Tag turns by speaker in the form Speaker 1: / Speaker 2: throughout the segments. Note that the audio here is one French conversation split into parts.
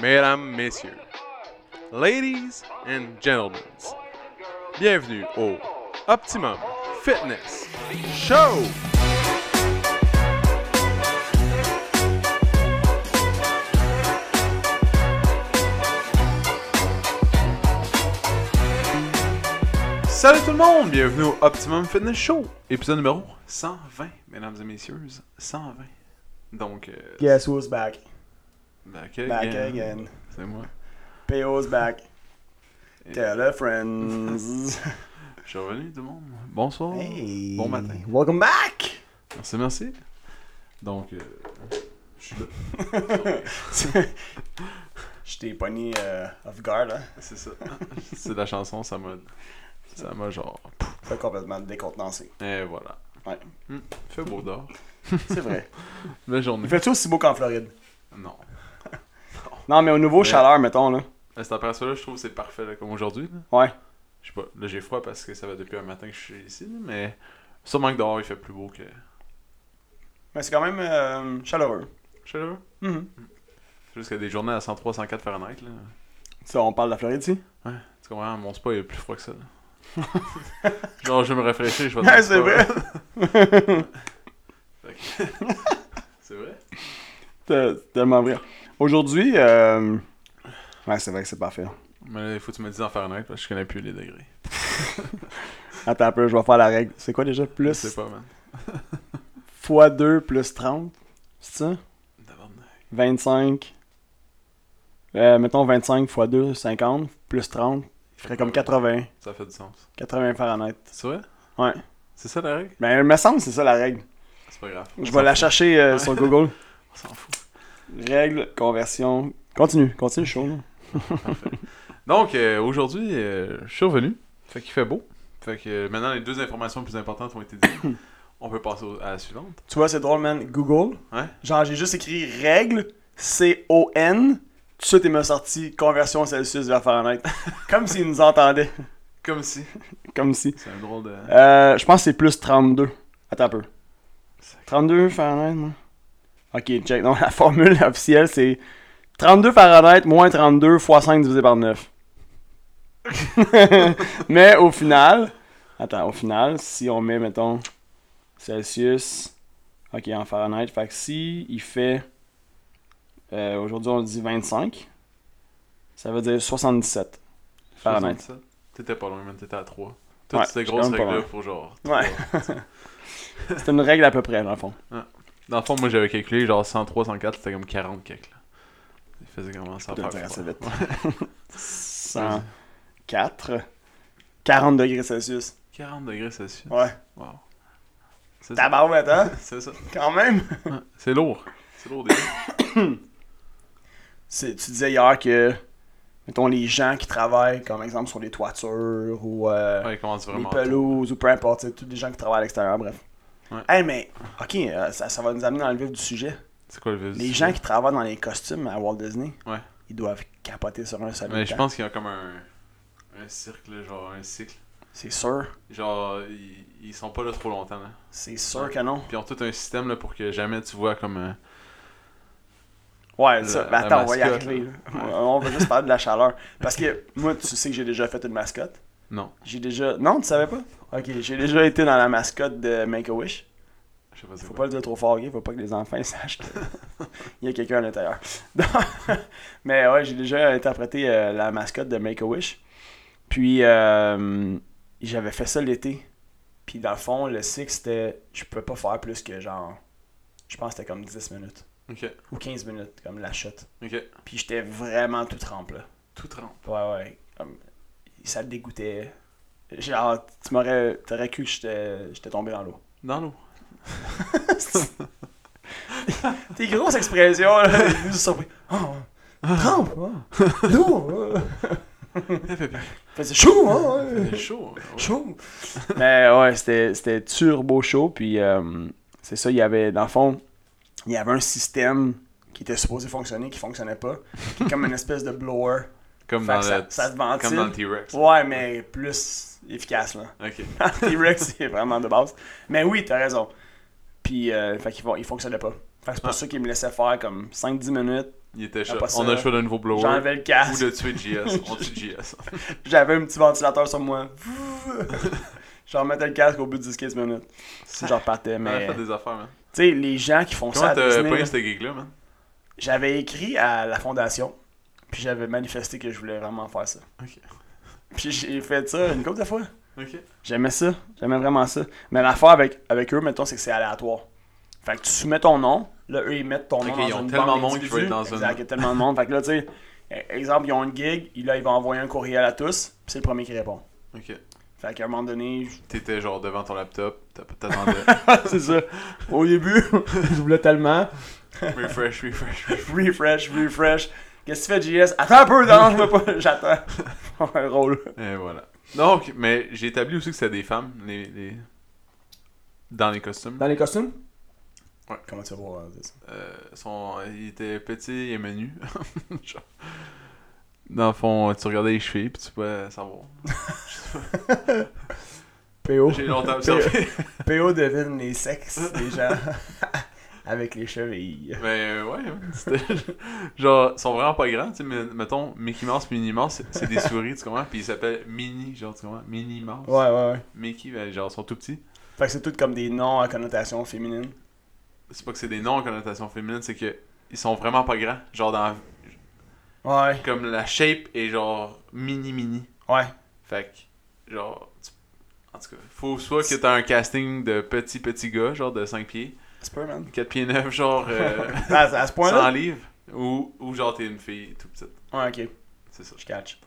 Speaker 1: mesdames, messieurs, ladies and gentlemen, bienvenue au Optimum Fitness Show! Salut tout le monde, bienvenue au Optimum Fitness Show, épisode numéro 120, mesdames et messieurs, 120. Donc, euh,
Speaker 2: Guess who's back?
Speaker 1: back
Speaker 2: Back
Speaker 1: again.
Speaker 2: again.
Speaker 1: C'est moi.
Speaker 2: PO's back. Tell a friends.
Speaker 1: Je suis revenu tout le monde. Bonsoir.
Speaker 2: Hey.
Speaker 1: Bon matin.
Speaker 2: Welcome back!
Speaker 1: Merci, merci. Donc, euh, je suis là.
Speaker 2: Je t'ai pogné euh, off guard, hein?
Speaker 1: C'est ça. C'est la chanson, ça m'a. Ça m'a genre. pouf.
Speaker 2: T'as complètement décontenancé.
Speaker 1: Et voilà.
Speaker 2: Ouais,
Speaker 1: Hmm. Fait beau dehors.
Speaker 2: c'est vrai.
Speaker 1: Belle
Speaker 2: Il
Speaker 1: journée.
Speaker 2: fait aussi beau qu'en Floride?
Speaker 1: Non.
Speaker 2: Non, mais au niveau
Speaker 1: Ouais.
Speaker 2: chaleur, mettons, là.
Speaker 1: À Cette température-là, je trouve que Euh, c'est parfait, là, comme aujourd'hui. là.
Speaker 2: Ouais.
Speaker 1: Je sais pas. Là, j'ai froid parce que ça va depuis un matin que je suis ici, là, mais. Sûrement que dehors, il fait plus beau que.
Speaker 2: Mais c'est quand même euh, chaleureux.
Speaker 1: Chaleur.
Speaker 2: Mhm.
Speaker 1: C'est juste qu'il y a des journées à 103, 104 Fahrenheit, là.
Speaker 2: Ça, on parle de la Floride ici?
Speaker 1: Ouais. Tu comprends? Mon spa, il est plus froid que ça, là. genre, je vais me rafraîchir, je vais dans
Speaker 2: Ouais,
Speaker 1: le
Speaker 2: c'est
Speaker 1: spa.
Speaker 2: vrai.
Speaker 1: Fait que- c'est vrai?
Speaker 2: C'est tellement vrai. Aujourd'hui, euh... ouais, c'est vrai que c'est parfait.
Speaker 1: Mais là, il faut que tu me dises en Fahrenheit parce que je connais plus les degrés.
Speaker 2: Attends un peu, je vais faire la règle. C'est quoi déjà?
Speaker 1: Je
Speaker 2: Plus
Speaker 1: sais pas, man.
Speaker 2: fois 2 plus 30? C'est ça?
Speaker 1: Tabarnak.
Speaker 2: 25. Euh, mettons 25 fois 2, 50. Plus 30. Il ferait comme 80.
Speaker 1: Ça fait du sens.
Speaker 2: 80 Fahrenheit.
Speaker 1: C'est vrai?
Speaker 2: Ouais.
Speaker 1: C'est ça la règle?
Speaker 2: Mais il me semble que c'est ça la règle.
Speaker 1: C'est pas grave. On
Speaker 2: Je
Speaker 1: s'en
Speaker 2: vais la
Speaker 1: fout.
Speaker 2: chercher euh, sur Google.
Speaker 1: On s'en fout.
Speaker 2: Règle, conversion. Continue, continue le show. là.
Speaker 1: Parfait. Donc, euh, aujourd'hui, euh, je suis revenu. Fait qu'il fait beau. Fait que euh, maintenant, les deux informations plus importantes ont été dites. On peut passer au- à la suivante.
Speaker 2: Tu vois, c'est drôle, man. Google.
Speaker 1: Ouais.
Speaker 2: Genre, j'ai juste écrit règle, C-O-N. Tout de suite, il m'a sorti conversion Celsius vers Fahrenheit. Comme s'il nous entendait.
Speaker 1: Comme si.
Speaker 2: Comme si.
Speaker 1: C'est un drôle de.
Speaker 2: Euh, je pense que c'est plus 32. Attends un peu. 32 Fahrenheit, moi. Ok, check. Non, la formule officielle, c'est 32 Fahrenheit moins 32 fois 5 divisé par 9. Mais au final, attends, au final, si on met, mettons, Celsius, ok, en Fahrenheit, fait que si il fait, euh, aujourd'hui on dit 25, ça veut dire 77. Fahrenheit.
Speaker 1: 77. T'étais pas loin, man. T'étais à 3. Toutes
Speaker 2: Ouais,
Speaker 1: ces
Speaker 2: je suis
Speaker 1: grosses
Speaker 2: quand même pas
Speaker 1: règles-là
Speaker 2: loin.
Speaker 1: pour genre.
Speaker 2: Ouais. c'est une règle à peu près, dans le fond.
Speaker 1: Dans le fond, moi, j'avais calculé genre 103, 104, c'était comme 40 quelques. là. Il faisait comment ça
Speaker 2: Putain,
Speaker 1: faire
Speaker 2: ça
Speaker 1: froid.
Speaker 2: vite. 104. 40 degrés Celsius.
Speaker 1: 40 degrés Celsius.
Speaker 2: Ouais.
Speaker 1: Wow. C'est ça.
Speaker 2: Tabarouette, hein?
Speaker 1: C'est ça.
Speaker 2: Quand même.
Speaker 1: Ouais, C'est lourd. C'est lourd des
Speaker 2: C'est- tu disais hier que, mettons, les gens qui travaillent, comme exemple, sur les toitures ou euh,
Speaker 1: Ouais, il commence
Speaker 2: les
Speaker 1: vraiment. tôt.
Speaker 2: pelouses ou peu importe, c'est tous les gens qui travaillent à l'extérieur, bref.
Speaker 1: Ouais.
Speaker 2: Hey, mais, ok, euh, ça, ça va nous amener dans le vif du sujet.
Speaker 1: C'est quoi le visuel?
Speaker 2: Les gens qui travaillent dans les costumes à Walt Disney,
Speaker 1: Ouais.
Speaker 2: ils doivent capoter sur un seul
Speaker 1: Mais je
Speaker 2: temps.
Speaker 1: pense qu'il y a comme un. Un cercle, genre un cycle.
Speaker 2: C'est sûr.
Speaker 1: Genre, ils, ils sont pas là trop longtemps. Là.
Speaker 2: C'est sûr que non.
Speaker 1: Puis ils ont tout un système là, pour que jamais tu vois comme. euh,
Speaker 2: Ouais,
Speaker 1: Le-
Speaker 2: ça.
Speaker 1: la
Speaker 2: Mais attends, on va y
Speaker 1: mascotte,
Speaker 2: arriver.
Speaker 1: là.
Speaker 2: là. On va juste parler de la chaleur. Parce que moi, tu sais que j'ai déjà fait une mascotte.
Speaker 1: Non,
Speaker 2: J'ai déjà. Non, tu savais pas? Ok, j'ai déjà été dans la mascotte de Make-A-Wish.
Speaker 1: je sais pas c'est
Speaker 2: Faut
Speaker 1: quoi.
Speaker 2: pas le dire trop fort, ok? Faut pas que les enfants sachent qu'il y a quelqu'un à l'intérieur. Donc, Mais ouais, j'ai déjà interprété euh, la mascotte de Make-A-Wish. Puis, euh, j'avais fait ça l'été. Puis, dans le fond, le cycle, c'était. Je pouvais pas faire plus que genre. Je pense que c'était comme 10 minutes.
Speaker 1: Ok,
Speaker 2: Ou 15 minutes, comme la chute.
Speaker 1: ok.
Speaker 2: Puis, j'étais vraiment tout trempe, là.
Speaker 1: Tout trempe.
Speaker 2: Ouais, ouais. Comme, ça te dégoûtait. Genre, tu m'aurais. T'aurais cru que j'étais j'étais tombé dans l'eau.
Speaker 1: Dans l'eau.
Speaker 2: Tes grosses expressions, là, ils nous ont surpris. Oh, trempe! Oh, d'eau!
Speaker 1: Eh, bébé,
Speaker 2: Faisait chaud! Oh,
Speaker 1: il fait
Speaker 2: ouais,
Speaker 1: chaud. hein.
Speaker 2: chaud! Mais ouais, c'était c'était turbo chaud, puis euh, c'est ça, il y avait, dans le fond, il y avait un système qui était supposé fonctionner, qui fonctionnait pas, qui est comme une espèce de blower.
Speaker 1: Comme
Speaker 2: Fait
Speaker 1: dans,
Speaker 2: que ça-
Speaker 1: le-
Speaker 2: ça te
Speaker 1: comme dans le
Speaker 2: ventile.
Speaker 1: T-Rex.
Speaker 2: Ouais, mais plus efficace, là.
Speaker 1: Ok.
Speaker 2: T-Rex, c'est vraiment de base. Mais oui, t'as raison. Puis, euh, fait qu'il fon- il fonctionnait pas. Fait que c'est pour
Speaker 1: Ah.
Speaker 2: ça qu'il me laissait faire comme 5-10 minutes,
Speaker 1: Il était chaud.
Speaker 2: Après
Speaker 1: On a
Speaker 2: ça,
Speaker 1: chaud d'un nouveau blower.
Speaker 2: J'enlevais le
Speaker 1: Ou
Speaker 2: casque.
Speaker 1: de tuer JS. On tue JS.
Speaker 2: J'avais un petit ventilateur sur moi. je remettais le casque au bout de 10-15 minutes. Je repartais,
Speaker 1: On a
Speaker 2: mais.
Speaker 1: fait
Speaker 2: Tu
Speaker 1: des affaires, man.
Speaker 2: sais, les gens qui font ça
Speaker 1: Comment
Speaker 2: à
Speaker 1: t'as
Speaker 2: Disney,
Speaker 1: pogné
Speaker 2: là,
Speaker 1: cette gig-là, man
Speaker 2: J'avais écrit à la fondation, puis j'avais manifesté que je voulais vraiment faire ça.
Speaker 1: Ok.
Speaker 2: Puis j'ai fait ça une couple de fois.
Speaker 1: Ok.
Speaker 2: J'aimais ça. J'aimais vraiment ça. Mais l'affaire avec, avec eux, mettons, c'est que c'est aléatoire. Fait que tu soumets ton nom, là, eux, ils mettent ton
Speaker 1: Ok,
Speaker 2: nom. Dans
Speaker 1: ils ont
Speaker 2: une
Speaker 1: tellement
Speaker 2: banque
Speaker 1: de monde qui
Speaker 2: d'individus.
Speaker 1: veut être dans une-
Speaker 2: Exact, il y a tellement de monde. Fait que là, tu sais, e- exemple, ils ont une gig, là, ils vont envoyer un courriel à tous, puis c'est le premier qui répond.
Speaker 1: Ok.
Speaker 2: Fait qu'à un moment donné, je-
Speaker 1: T'étais genre devant ton laptop. t'as- T'attendais.
Speaker 2: c'est ça. Au début, je voulais tellement.
Speaker 1: refresh, refresh. refresh.
Speaker 2: Refresh, refresh. Qu'est-ce que tu fais, JS? Attends un peu, non, je veux pas. J'attends. un rôle.
Speaker 1: Et voilà. Donc, mais j'ai établi aussi que c'était des femmes. Les, les- Dans les costumes.
Speaker 2: Dans les costumes?
Speaker 1: Ouais.
Speaker 2: Comment tu vas voir euh, ça?
Speaker 1: Euh, son, il était petit et menu. Genre. Dans le fond, tu regardais les cheveux puis tu pouvais savoir.
Speaker 2: PO.
Speaker 1: J'ai longtemps observé.
Speaker 2: PO devine les sexes des gens avec les chevilles.
Speaker 1: mais euh, ouais, man, c'était. Genre, ils sont vraiment pas grands. Tu sais, mais, mettons, Mickey Mouse, Minnie Mouse, c'est- c'est des souris, tu comprends? Puis ils s'appellent Mini, genre, tu comprends? Minnie Mouse.
Speaker 2: Ouais, ouais, ouais.
Speaker 1: Mickey, ben, genre, ils sont tout petits.
Speaker 2: Fait que c'est tout comme des noms à connotation féminine.
Speaker 1: C'est pas que c'est des noms à connotation féminine, c'est que ils sont vraiment pas grands. Genre, dans.
Speaker 2: Ouais.
Speaker 1: Comme la shape est genre mini-mini.
Speaker 2: Ouais.
Speaker 1: Fait que, genre, tu- en tout cas, faut soit que t'as un casting de petit petit gars, genre de 5 pieds,
Speaker 2: C'est peu, man.
Speaker 1: 4 pieds 9, genre euh,
Speaker 2: Ben, à, à ce
Speaker 1: 100
Speaker 2: point-là?
Speaker 1: livres, ou, ou genre t'es une fille tout petite.
Speaker 2: Ouais, ok.
Speaker 1: C'est ça.
Speaker 2: Je catch.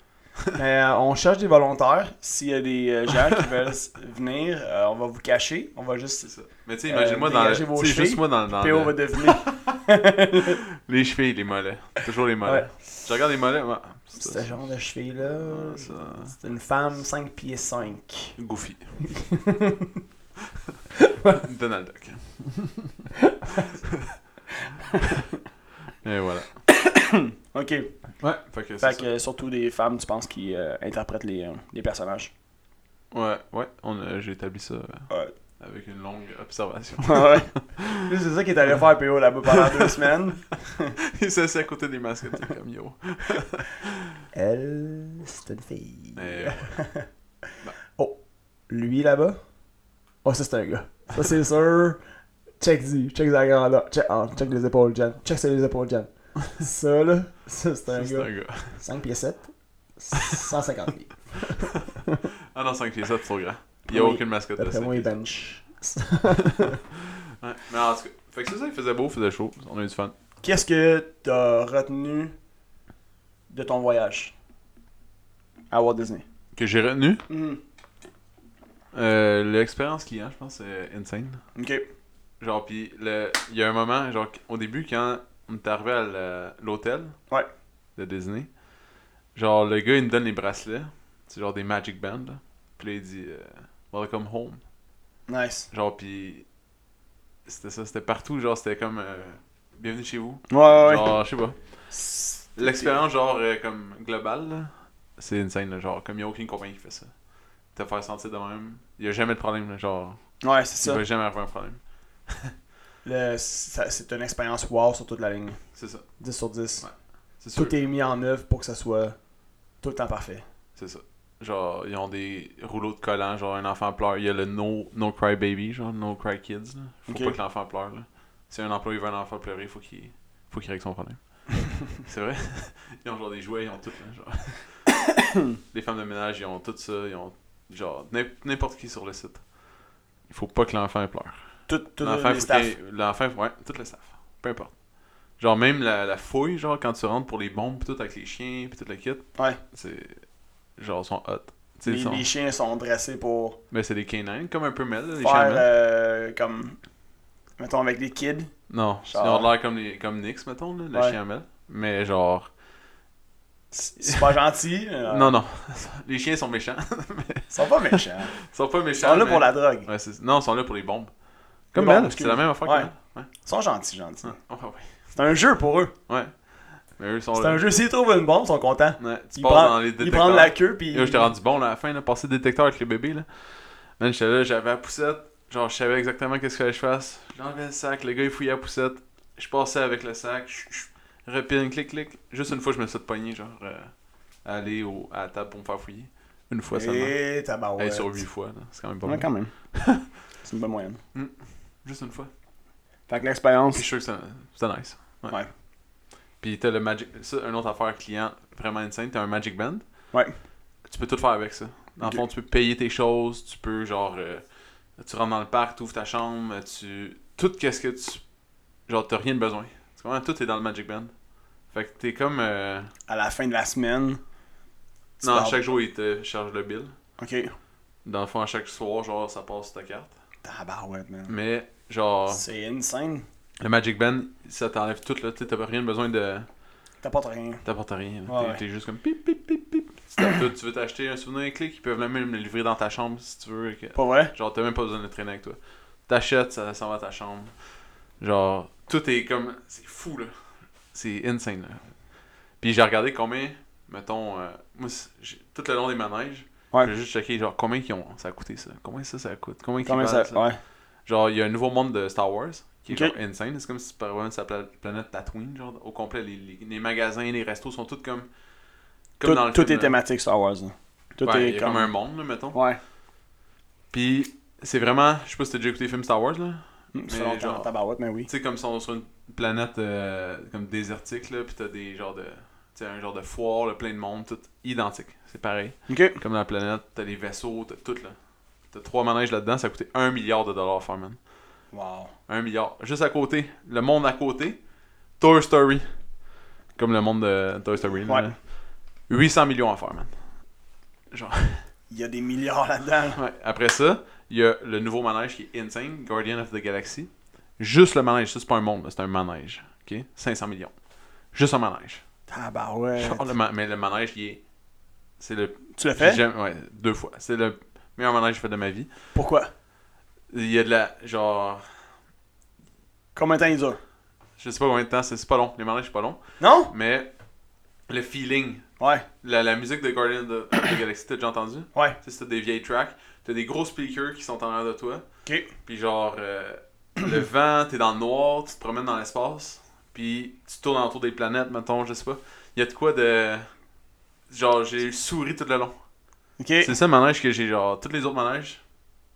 Speaker 2: Mais euh, on cherche des volontaires. S'il y a des euh, gens qui veulent s- venir, euh, on va vous cacher. On va
Speaker 1: C'est
Speaker 2: juste.
Speaker 1: ça. Mais tu sais, imagine-moi
Speaker 2: Euh,
Speaker 1: dans
Speaker 2: dégagez vos
Speaker 1: le. Tu sais, juste
Speaker 2: chevilles,
Speaker 1: moi dans, dans
Speaker 2: PO
Speaker 1: le-
Speaker 2: va deviner.
Speaker 1: les chevilles, les mollets. Toujours les mollets.
Speaker 2: Ouais.
Speaker 1: Je regarde les mollets, ouais. C'est
Speaker 2: Ce
Speaker 1: ça.
Speaker 2: genre de cheville-là.
Speaker 1: Ouais, Ah, ça.
Speaker 2: C'est une femme 5 pieds 5.
Speaker 1: Goofy. Donald Duck. Et voilà.
Speaker 2: Ok.
Speaker 1: Ouais, fait que c'est
Speaker 2: Fait
Speaker 1: ça.
Speaker 2: que euh, surtout des femmes, tu penses, qui euh, interprètent les, euh, les personnages.
Speaker 1: Ouais, ouais, on a- j'ai établi ça euh,
Speaker 2: Ouais.
Speaker 1: avec une longue observation.
Speaker 2: ouais. Lui, C'est ça qu'il est allé faire PO là-bas pendant deux semaines.
Speaker 1: Il s'est assis à côté des masques de comme yo.
Speaker 2: Elle, c'est une fille.
Speaker 1: Mais, euh,
Speaker 2: Lui là-bas. Oh, ça c'est un gars. Ça c'est sûr. Check-y. Check la grandeur. Check, ah, check les épaules, Jen. Check sur les épaules, Jen. Ça là, ça c'est
Speaker 1: ça, euh, c'est un gars.
Speaker 2: 5 pieds 7. 150 livres.
Speaker 1: Ah non, 5 pieds 7, c'est trop grand. Il n'y a
Speaker 2: Oui,
Speaker 1: aucune mascotte de
Speaker 2: D'après
Speaker 1: ça.
Speaker 2: moi, il bench.
Speaker 1: Ouais. Mais en tout cas, fait que c'est ça, il faisait beau, il faisait chaud. On a eu du fun.
Speaker 2: Qu'est-ce que t'as retenu de ton voyage à Walt Disney?
Speaker 1: Que j'ai retenu, euh, l'expérience client, je pense, c'est euh, insane.
Speaker 2: Ok.
Speaker 1: Genre, pis le- il y a un moment, genre, au début, quand on est arrivé à la- l'hôtel
Speaker 2: Ouais.
Speaker 1: de Disney, genre, le gars, il me donne les bracelets. C'est genre des Magic Band, là. Puis là, il dit euh, Welcome home.
Speaker 2: Nice.
Speaker 1: Genre, pis c'était ça, c'était partout. Genre, c'était comme euh, Bienvenue chez vous.
Speaker 2: Ouais, ouais, ouais.
Speaker 1: Genre, je sais pas. L'expérience, genre, euh, comme globale, là, c'est insane. là, genre, comme il n'y a aucune compagnie qui fait ça. Te faire sentir de même. Il n'y a jamais de problème. là, genre,
Speaker 2: Ouais, c'est
Speaker 1: il
Speaker 2: ça.
Speaker 1: va jamais avoir un problème.
Speaker 2: Le- ça- c'est une expérience wow sur toute la ligne.
Speaker 1: C'est ça.
Speaker 2: 10 sur 10.
Speaker 1: Ouais, C'est sûr.
Speaker 2: Tout est mis en œuvre pour que ça soit tout le temps parfait.
Speaker 1: C'est ça. Genre, ils ont des rouleaux de collants. Genre, un enfant pleure. Il y a le No, no Cry Baby, genre, No Cry Kids. Là. Faut
Speaker 2: Ok.
Speaker 1: pas que l'enfant pleure. Là. Si un employé veut un enfant pleurer, faut qu'il faut qu'il règle son problème. c'est vrai. Ils ont genre des jouets, ils ont tout. là, genre. Les femmes de ménage, ils ont tout ça. Ils ont genre n'im- n'importe qui sur le site. Il faut pas que l'enfant pleure.
Speaker 2: Tout, tout
Speaker 1: L'enfant,
Speaker 2: les
Speaker 1: faut
Speaker 2: staff.
Speaker 1: qu'il- l'enfant, ouais, tout le staff. Peu importe. Genre, même la, la fouille, genre, quand tu rentres pour les bombes, pis tout avec les chiens, pis tout le kit,
Speaker 2: Ouais.
Speaker 1: c'est. Genre, ils sont hot. Tu sais,
Speaker 2: Les,
Speaker 1: ils sont-
Speaker 2: les chiens sont dressés pour
Speaker 1: mais c'est des canines, comme un peu mel, là, les
Speaker 2: faire
Speaker 1: chiens. mâles.
Speaker 2: euh, comme. Mettons avec les kids.
Speaker 1: Non,
Speaker 2: genre-
Speaker 1: ils ont l'air comme, les, comme Nyx, mettons, là, le
Speaker 2: Ouais.
Speaker 1: chien mel. Mais genre.
Speaker 2: C'est c'est pas gentil. euh,
Speaker 1: Non, non. les chiens sont méchants.
Speaker 2: Ils sont pas méchants.
Speaker 1: Ils sont pas
Speaker 2: Ils
Speaker 1: méchants.
Speaker 2: sont là
Speaker 1: mais-
Speaker 2: pour la drogue.
Speaker 1: Ouais, c'est- Non, ils sont là pour les bombes. Comme
Speaker 2: Les bombes,
Speaker 1: Mel, c'est
Speaker 2: excuse.
Speaker 1: la même affaire
Speaker 2: Ouais.
Speaker 1: que Mel.
Speaker 2: Ils sont gentils, gentils.
Speaker 1: Ouais. Ah, ouais, ouais.
Speaker 2: C'est un jeu pour eux.
Speaker 1: Ouais. Mais eux, ils sont
Speaker 2: C'est
Speaker 1: là.
Speaker 2: un jeu. S'ils trouvent une bombe, ils sont contents.
Speaker 1: Ouais, tu
Speaker 2: Ils
Speaker 1: passes
Speaker 2: prennent-
Speaker 1: dans les
Speaker 2: Ils
Speaker 1: détecteurs.
Speaker 2: prennent la queue, puis.
Speaker 1: Yo, j'étais rendu bon là, à la fin, là, passer le détecteur avec les bébés. Là. Man, j'étais là, j'avais la poussette. Genre, je savais exactement qu'est-ce qu'il fallait que je fasse. J'enlevais le sac, le gars il fouillait la poussette. Je passais avec le sac. chut, chut. Repine, clic, clic. Juste une fois, je me suis fait pogner, genre, euh, aller au, à la table pour me faire fouiller. Une fois seulement.
Speaker 2: Et tabarouette.
Speaker 1: Hey, sur huit fois, là. c'est quand même pas
Speaker 2: Ouais,
Speaker 1: mal.
Speaker 2: quand même. c'est une bonne moyenne.
Speaker 1: Juste une fois.
Speaker 2: Fait
Speaker 1: Puis
Speaker 2: que
Speaker 1: je
Speaker 2: l'expérience.
Speaker 1: suis sûr que c'est- c'était nice. Ouais.
Speaker 2: Ouais.
Speaker 1: Puis t'as le Magic. Ça, une autre affaire client vraiment insane. T'as un Magic Band.
Speaker 2: Ouais.
Speaker 1: Tu peux tout faire avec ça. Dans
Speaker 2: Ok.
Speaker 1: le fond, tu peux payer tes choses. Tu peux, genre. euh, tu rentres dans le parc, tu ouvres ta chambre. Tu. Tout qu'est-ce que tu. Genre, t'as rien de besoin. Tu comprends? Tout est dans le Magic Band. Fait que t'es comme. euh,
Speaker 2: À la fin de la semaine. tu
Speaker 1: Non, à
Speaker 2: pars-
Speaker 1: chaque jour, ils te chargent le bill.
Speaker 2: Ok.
Speaker 1: Dans le fond, à chaque soir, genre, ça passe sur ta carte.
Speaker 2: Tabarouette, man.
Speaker 1: Mais, genre,
Speaker 2: C'est insane.
Speaker 1: le Magic Band, ça t'enlève tout, là. Tu sais, T'as rien besoin de.
Speaker 2: T'apportes rien.
Speaker 1: T'apportes rien.
Speaker 2: Ouais,
Speaker 1: t'es,
Speaker 2: ouais.
Speaker 1: t'es juste comme pip, pip, pip, pip. Tu tapes tout, tu veux t'acheter un souvenir clic, ils peuvent même le livrer dans ta chambre si tu veux. que-
Speaker 2: Pas vrai?
Speaker 1: Genre, t'as même pas besoin de traîner avec toi. T'achètes, ça s'en va à ta chambre. Genre, tout est comme. C'est fou, là. C'est insane, là. Puis j'ai regardé combien, mettons, euh, moi, c'est- j'ai- tout le long des manèges,
Speaker 2: Ouais.
Speaker 1: j'ai juste checké, genre, combien ils ont, ça a coûté ça. Combien ça, ça coûte. Combien,
Speaker 2: Combien
Speaker 1: qu'ils
Speaker 2: ça.
Speaker 1: valent, ça?
Speaker 2: Ouais.
Speaker 1: Genre, il y a un nouveau monde de Star Wars qui est
Speaker 2: Ok.
Speaker 1: genre insane. C'est comme si tu parlais vraiment de sa pla- planète Tatooine, genre, au complet. Les, les- les magasins, les restos sont tous comme. Comme dans
Speaker 2: Tout,
Speaker 1: le
Speaker 2: tout
Speaker 1: film,
Speaker 2: est
Speaker 1: là.
Speaker 2: thématique Star Wars. là. Tout
Speaker 1: Ouais, il y
Speaker 2: est
Speaker 1: a comme un monde, là, mettons.
Speaker 2: Ouais.
Speaker 1: Puis, c'est vraiment. Je sais pas si t'as déjà écouté le film Star Wars, là.
Speaker 2: Hmm, Ça fait
Speaker 1: Mais
Speaker 2: longtemps,
Speaker 1: genre-
Speaker 2: tabarouette, mais oui.
Speaker 1: Tu sais, comme ils sont sur une planète euh, comme désertique, là, pis t'as des genres de. Tu sais, un genre de foire, là, plein de monde, tout identique. C'est pareil.
Speaker 2: Ok.
Speaker 1: Comme dans la planète, t'as les vaisseaux, t'as tout, là. T'as trois manèges là-dedans, ça a coûté un milliard de dollars, Farman.
Speaker 2: Wow.
Speaker 1: Un milliard. Juste à côté, le monde à côté, Toy Story. Comme le monde de Toy Story. là.
Speaker 2: Ouais.
Speaker 1: 800 millions à faire, man.
Speaker 2: Il y a des milliards là-dedans.
Speaker 1: Ouais. Après ça, il y a le nouveau manège qui est insane, Guardian of the Galaxy. Juste le manège, ça c'est pas un monde, là, c'est un manège. ok 500 millions. Juste un manège.
Speaker 2: Tabarouette.
Speaker 1: Genre, le ma- mais le manège, il est. C'est le.
Speaker 2: Tu l'as
Speaker 1: j'ai
Speaker 2: fait?
Speaker 1: jamais- ouais, deux fois. C'est le meilleur manège que j'ai fait de ma vie.
Speaker 2: Pourquoi?
Speaker 1: Il y a de la. Genre.
Speaker 2: Combien de temps il dure?
Speaker 1: Je sais pas combien de temps, c'est c'est pas long. Les manèges, c'est pas long.
Speaker 2: Non?
Speaker 1: Mais le feeling
Speaker 2: Ouais.
Speaker 1: La, la musique de Guardian of the of the Galaxy, t'as déjà entendu?
Speaker 2: Ouais.
Speaker 1: Tu sais, c'est des vieilles tracks. T'as des gros speakers qui sont en l'air de toi.
Speaker 2: Ok.
Speaker 1: Puis genre, euh, le vent, t'es dans le noir, tu te promènes dans l'espace. Puis tu tournes autour des planètes, mettons, je sais pas. Il y a de quoi de... Genre, j'ai souri tout le long.
Speaker 2: Ok.
Speaker 1: C'est ça le manège que j'ai, genre, tous les autres manèges.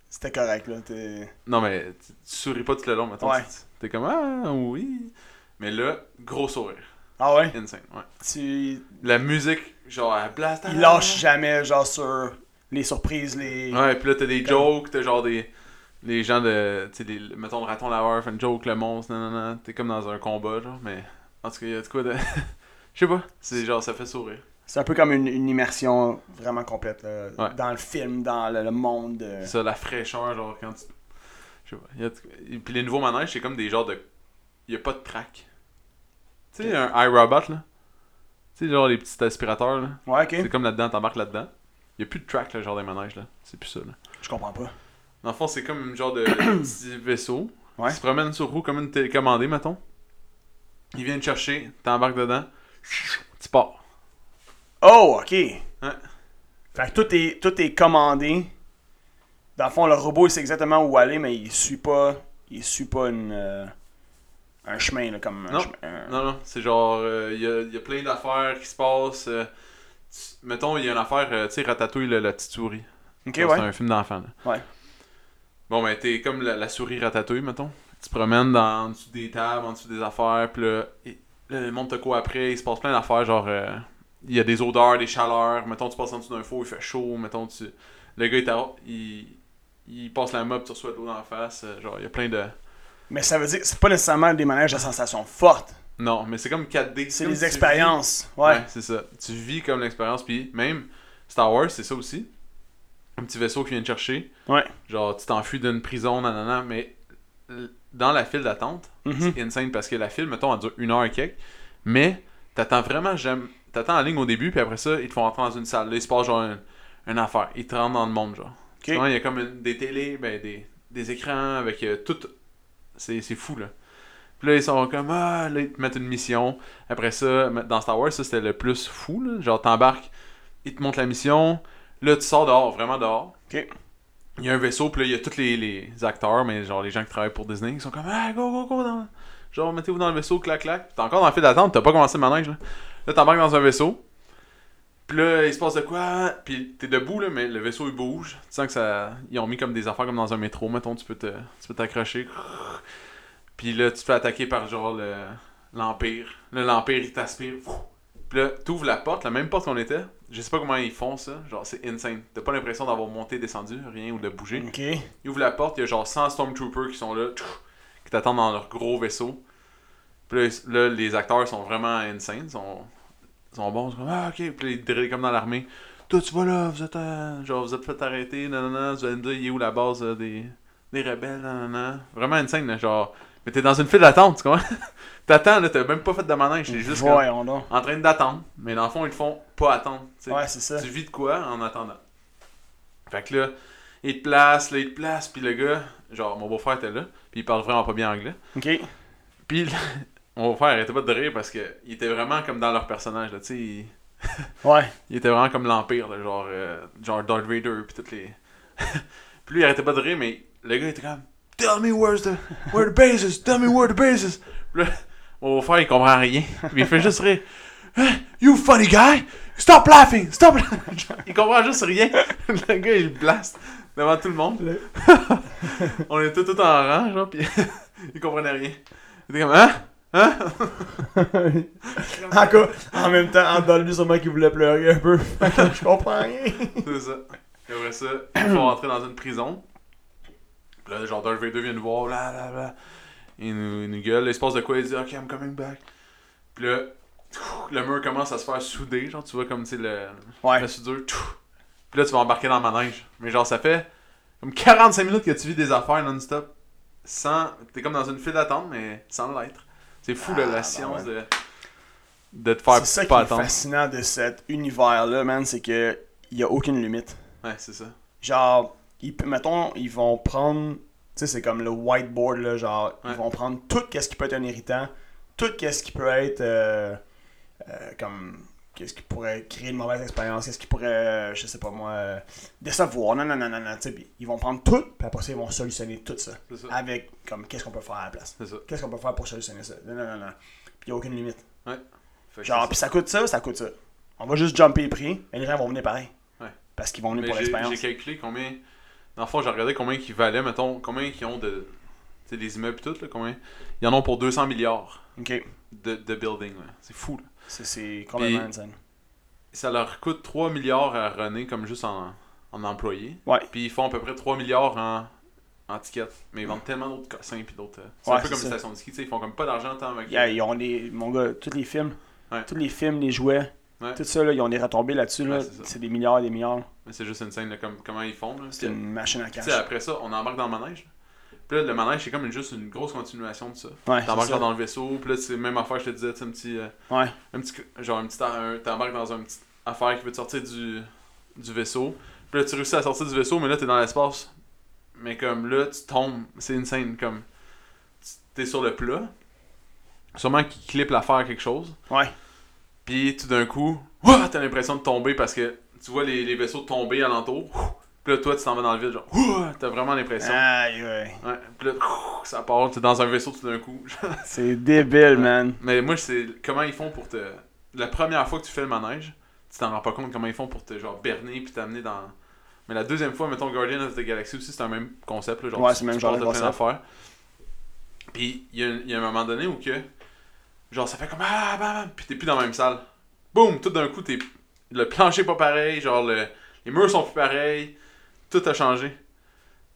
Speaker 2: C'était correct, là. t'es-
Speaker 1: Non, mais tu, tu souris pas tout le long, mettons.
Speaker 2: Ouais.
Speaker 1: Tu- T'es comme, ah, oui. Mais là, gros sourire.
Speaker 2: Ah ouais?
Speaker 1: Insane, ouais.
Speaker 2: Tu...
Speaker 1: La musique, genre, elle blast.
Speaker 2: Il lâche jamais, genre, sur les surprises, les...
Speaker 1: Ouais, pis là, t'as des
Speaker 2: Comme-
Speaker 1: jokes, t'as genre des. Les gens de. Tu sais, les- mettons le raton laveur fait une joke, le monstre, non, non, non. T'es comme dans un combat, genre, mais. En tout cas, y a de quoi de. Je sais pas, c'est genre, ça fait sourire.
Speaker 2: C'est un peu comme une, une immersion vraiment complète, là,
Speaker 1: Ouais.
Speaker 2: Dans le film, dans le, le monde. euh. de-
Speaker 1: Ça, la fraîcheur, genre, quand tu. Je sais pas. Y a de- Et Puis les nouveaux manèges, c'est comme des genres de. Y a pas de track. Tu sais, un iRobot, là. Tu sais, genre, les petits aspirateurs, là.
Speaker 2: Ouais, ok.
Speaker 1: C'est comme là-dedans, t'embarques là-dedans. Y a plus de track, là, genre, des manèges, là. C'est plus ça, là.
Speaker 2: Je comprends pas.
Speaker 1: Dans le fond, c'est comme une genre de petit vaisseau
Speaker 2: Ouais.
Speaker 1: qui se promène sur roue comme une télécommandée, mettons. Ils viennent te chercher, t'embarques dedans, tu pars.
Speaker 2: Oh, ok.
Speaker 1: Ouais.
Speaker 2: Fait que tout est, tout est commandé. Dans le fond, le robot, il sait exactement où aller, mais il suit pas... Il suit pas une... euh, Un chemin, là, comme... un
Speaker 1: Non.
Speaker 2: chemin- un-
Speaker 1: Non, non, c'est genre, euh, il y, a plein d'affaires qui se passent. euh, tu- mettons, il y a une affaire, euh, tu sais, Ratatouille, le- la petite souris.
Speaker 2: Ok,
Speaker 1: Genre, C'est
Speaker 2: ouais.
Speaker 1: un film d'enfant. là.
Speaker 2: Ouais.
Speaker 1: Bon, ben, t'es comme la, la souris Ratatouille, mettons. Tu te promènes dans, en dessous des tables, en dessous des affaires, puis là, et- là, le monde te court après, il se passe plein d'affaires, genre, euh, il y a des odeurs, des chaleurs, mettons, tu passes en dessous d'un four, il fait chaud, mettons, tu... Le gars, il, t'a- il, il passe la mop, tu reçois de l'eau dans la face, euh, genre, il y a plein de...
Speaker 2: Mais ça veut dire que c'est pas nécessairement des manèges de sensations fortes.
Speaker 1: Non, mais c'est comme 4D.
Speaker 2: C'est
Speaker 1: comme
Speaker 2: des
Speaker 1: tu
Speaker 2: expériences.
Speaker 1: vis-
Speaker 2: Ouais.
Speaker 1: c'est ça. Tu vis comme l'expérience, puis même Star Wars, c'est ça aussi. Un petit vaisseau qui vient te chercher,
Speaker 2: Ouais.
Speaker 1: Genre, tu t'enfuis d'une prison, nanana, mais l- dans la file d'attente,
Speaker 2: Mhm.
Speaker 1: c'est insane parce que la file, mettons, elle dure une heure et quelques, mais t'attends vraiment jamais. T'attends en ligne au début, puis après ça, ils te font rentrer dans une salle. Là, il se passe genre une, une affaire. Ils te rentrent dans le monde, genre.
Speaker 2: Ok.
Speaker 1: Souvent, il y a comme une- des télés, ben, des, des écrans avec euh, tout. C'est c'est fou, là. Puis là, ils sont comme, ah, là, ils te mettent une mission. Après ça, ma- dans Star Wars, ça, c'était le plus fou, là. Genre, t'embarques, ils te montrent la mission. Là, tu sors dehors, vraiment dehors.
Speaker 2: Ok.
Speaker 1: Il y a un vaisseau, puis là, il y a tous les, les acteurs, mais genre les gens qui travaillent pour Disney, ils sont comme, ah, go, go, go, dans... Genre, mettez-vous dans le vaisseau, clac, clac. T'es encore dans la file d'attente, t'as pas commencé le manège, là. Là, t'embarques dans un vaisseau. Puis là, il se passe de quoi? Puis t'es debout, là, mais le vaisseau, il bouge. Tu sens que ça... Ils ont mis comme des affaires comme dans un métro, mettons, tu peux te... tu peux t'accrocher. Puis là, tu te fais attaquer par, genre, le... l'Empire. Là, l'Empire, il t'aspire. Puis là, t'ouvres la porte, la même porte qu'on était. Je sais pas comment ils font ça. Genre, c'est insane. T'as pas l'impression d'avoir monté, descendu, rien, ou de bouger.
Speaker 2: Ok.
Speaker 1: Ils ouvrent la porte, il y a genre 100 Stormtroopers qui sont là, tchouf, qui t'attendent dans leur gros vaisseau. Puis là, ils- là, les acteurs sont vraiment insane, ils sont, ils sont bons, ils sont comme, ah ok, puis là, ils drillent comme dans l'armée. Toi, tu vas là, vous êtes, euh, genre, vous êtes fait arrêter, nanana, vous allez me dire, il est où la base euh, des, des rebelles, nanana. Vraiment insane, là, genre, mais t'es dans une file d'attente, tu comprends? T'attends, là, t'as même pas fait de manège, t'es juste comme,
Speaker 2: Voyons donc.
Speaker 1: en train d'attendre, mais dans le fond, ils te font pas attendre, tu sais.
Speaker 2: Ouais, c'est ça.
Speaker 1: Tu vis de quoi en attendant? Fait que là, il te place, là, il te place, puis le gars, genre, mon beau-frère était là, puis il parle vraiment pas bien anglais.
Speaker 2: Ok.
Speaker 1: Puis là, mon beau-frère arrêtait pas de rire parce que il était vraiment comme dans leur personnage, là, tu sais. Il,
Speaker 2: Ouais.
Speaker 1: il était vraiment comme l'Empire, là, genre, euh, genre Darth Vader, puis toutes les. puis lui, il arrêtait pas de rire, mais le gars était comme, Tell me where's the, where the base is, tell me where the base is. Puis là, mon beau-frère, il comprend rien, mais il fait juste rire. Hein? You funny guy! Stop laughing! Stop! laughing. il comprend juste rien. Le gars, il blast devant tout le monde. On était tout en rang, genre, pis il comprenait rien. Il était comme, hein? Hein?
Speaker 2: En, cas, en même temps, en dedans de lui, sûrement qu'il voulait pleurer un peu. Je comprends rien.
Speaker 1: C'est ça. Et après ça, ils sont rentrés dans une prison. Puis là, genre, Darth Vader vient nous voir, là, là, là. Il nous, il nous gueule. Là, il se passe de quoi? Il dit, OK, I'm coming back. Puis là, le mur commence à se faire souder. Genre, tu vois, comme, tu sais, le,
Speaker 2: Ouais.
Speaker 1: la soudure. tchouf. Puis là, tu vas embarquer dans le manège. Mais genre, ça fait comme 45 minutes que tu vis des affaires non-stop. Sans. T'es comme dans une file d'attente, mais sans l'être. C'est fou, là,
Speaker 2: Ah,
Speaker 1: la
Speaker 2: ben
Speaker 1: science
Speaker 2: ouais.
Speaker 1: de. De te faire
Speaker 2: C'est ça qui
Speaker 1: pas
Speaker 2: est
Speaker 1: attendre.
Speaker 2: fascinant de cet univers-là, man, c'est que il y a aucune limite.
Speaker 1: Ouais, c'est ça.
Speaker 2: Genre, ils, pe- mettons, ils vont prendre, tu sais, c'est comme le whiteboard, là, genre,
Speaker 1: Ouais.
Speaker 2: ils vont prendre tout ce qui peut être un irritant, tout ce qui peut être, euh, euh, comme, qu'est-ce qui pourrait créer une mauvaise expérience, qu'est-ce qui pourrait, euh, je sais pas moi, euh, décevoir, non, non, non, non, non, tu sais, puis ils vont prendre tout, puis après ça, ils vont solutionner tout ça,
Speaker 1: C'est ça.
Speaker 2: avec, comme, qu'est-ce qu'on peut faire à la place,
Speaker 1: C'est ça.
Speaker 2: qu'est-ce qu'on peut faire pour solutionner ça, non, non, non, non, puis il n'y a aucune limite.
Speaker 1: Fait que
Speaker 2: Genre,
Speaker 1: c'est
Speaker 2: puis ça coûte ça, ça coûte ça. On va juste jumper les prix, et les gens vont venir pareil.
Speaker 1: Ouais.
Speaker 2: Parce qu'ils vont venir
Speaker 1: Mais
Speaker 2: pour
Speaker 1: j'ai-
Speaker 2: l'expérience.
Speaker 1: J'ai calculé combien. Dans le fond, j'ai regardé combien ils valaient, mettons, combien ils ont de. Tu sais, les immeubles et tout, là, combien. Ils en ont pour 200 milliards
Speaker 2: Ok.
Speaker 1: de, de buildings, là. C'est fou, là.
Speaker 2: C'est- C'est complètement
Speaker 1: Puis-
Speaker 2: insane.
Speaker 1: Ça leur coûte 3 milliards à René, comme juste en, en employés.
Speaker 2: Ouais.
Speaker 1: Puis ils font à peu près 3 milliards en, en tickets. Mais ils vendent tellement d'autres cossins puis d'autres. euh, C'est un
Speaker 2: Ouais,
Speaker 1: peu
Speaker 2: c'est
Speaker 1: comme une
Speaker 2: ça.
Speaker 1: station de ski, tu sais. Ils font comme pas d'argent tant avec.
Speaker 2: Yeah, ils ont des, mon gars, tous les films,
Speaker 1: Ouais.
Speaker 2: tous les films, les jouets,
Speaker 1: Ouais.
Speaker 2: tout ça, là, ils ont des retombées là-dessus. Là.
Speaker 1: Ouais, c'est ça.
Speaker 2: c'est des milliards et des milliards.
Speaker 1: Mais c'est juste insane, là, comme, comment ils font, là.
Speaker 2: C'est
Speaker 1: Puis,
Speaker 2: une machine à
Speaker 1: tu
Speaker 2: cash.
Speaker 1: sais, après ça, on embarque dans le manège. là. Puis là, le manège, c'est comme une- juste une grosse continuation de ça.
Speaker 2: Ouais,
Speaker 1: T'embarques
Speaker 2: Ah, c'est ça.
Speaker 1: dans le vaisseau, puis là, c'est même affaire, je te disais, tu sais, un petit. euh,
Speaker 2: Ouais.
Speaker 1: un petit genre un petit un- t'embarques dans un petit affaire qui veut te sortir du, du vaisseau puis là tu réussis à sortir du vaisseau mais là t'es dans l'espace mais comme là tu tombes c'est insane comme tu- t'es sur le plat sûrement qu'il clip l'affaire quelque chose
Speaker 2: Ouais.
Speaker 1: puis tout d'un coup ouah, t'as l'impression de tomber parce que tu vois les, les vaisseaux tomber alentour Ouh. puis là toi tu t'en vas dans le vide genre ouah, t'as vraiment l'impression
Speaker 2: Aïe, ouais.
Speaker 1: ouais, puis là ouh, ça part t'es dans un vaisseau tout d'un coup
Speaker 2: C'est débile, man.
Speaker 1: mais moi, c'est comment ils font pour te. La première fois que tu fais le manège, tu t'en rends pas compte comment ils font pour te genre berner puis t'amener dans. Mais la deuxième fois, mettons Guardian of the Galaxy aussi, c'est un même concept. Là, genre,
Speaker 2: Ouais,
Speaker 1: tu-
Speaker 2: c'est le même
Speaker 1: tu
Speaker 2: genre de
Speaker 1: passes plein
Speaker 2: concept.
Speaker 1: d'affaires. Puis il y, a un- il y a un moment donné où que. Genre, ça fait comme. Ah, bam, bam, puis t'es plus dans la même salle. Boum, tout d'un coup, t'es. Le plancher est pas pareil, genre, le... les murs sont plus pareils. Tout a changé.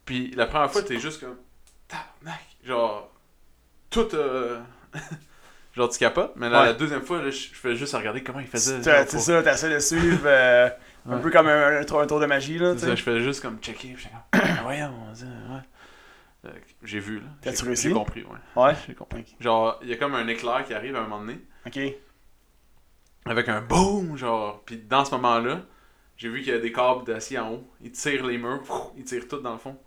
Speaker 1: Puis la première fois, t'es juste comme. Tabarnak. Genre. Tout. euh, genre, tu capotes. Mais là,
Speaker 2: Ouais.
Speaker 1: la deuxième fois, là, je je fais juste regarder comment il faisait.
Speaker 2: C'est
Speaker 1: genre,
Speaker 2: c'est
Speaker 1: pour-
Speaker 2: ça, t'essaies de suivre euh, un
Speaker 1: Ouais.
Speaker 2: peu comme un, un tour, un tour de magie, là.
Speaker 1: C'est
Speaker 2: tu
Speaker 1: ça,
Speaker 2: sais.
Speaker 1: je faisais juste comme checker. puis j'étais comme, Ah, voyons, on dit, ouais. Euh, J'ai vu, là.
Speaker 2: T'as-tu
Speaker 1: J'ai-
Speaker 2: réussi?
Speaker 1: J'ai compris, ouais.
Speaker 2: Ouais.
Speaker 1: J'ai compris. Genre, il y a comme un éclair qui arrive à un moment donné,
Speaker 2: Ok.
Speaker 1: avec un boom, genre. Puis dans ce moment-là, j'ai vu qu'il y a des câbles d'acier en haut. Ils tirent les murs, pfff, ils tirent tout dans le fond.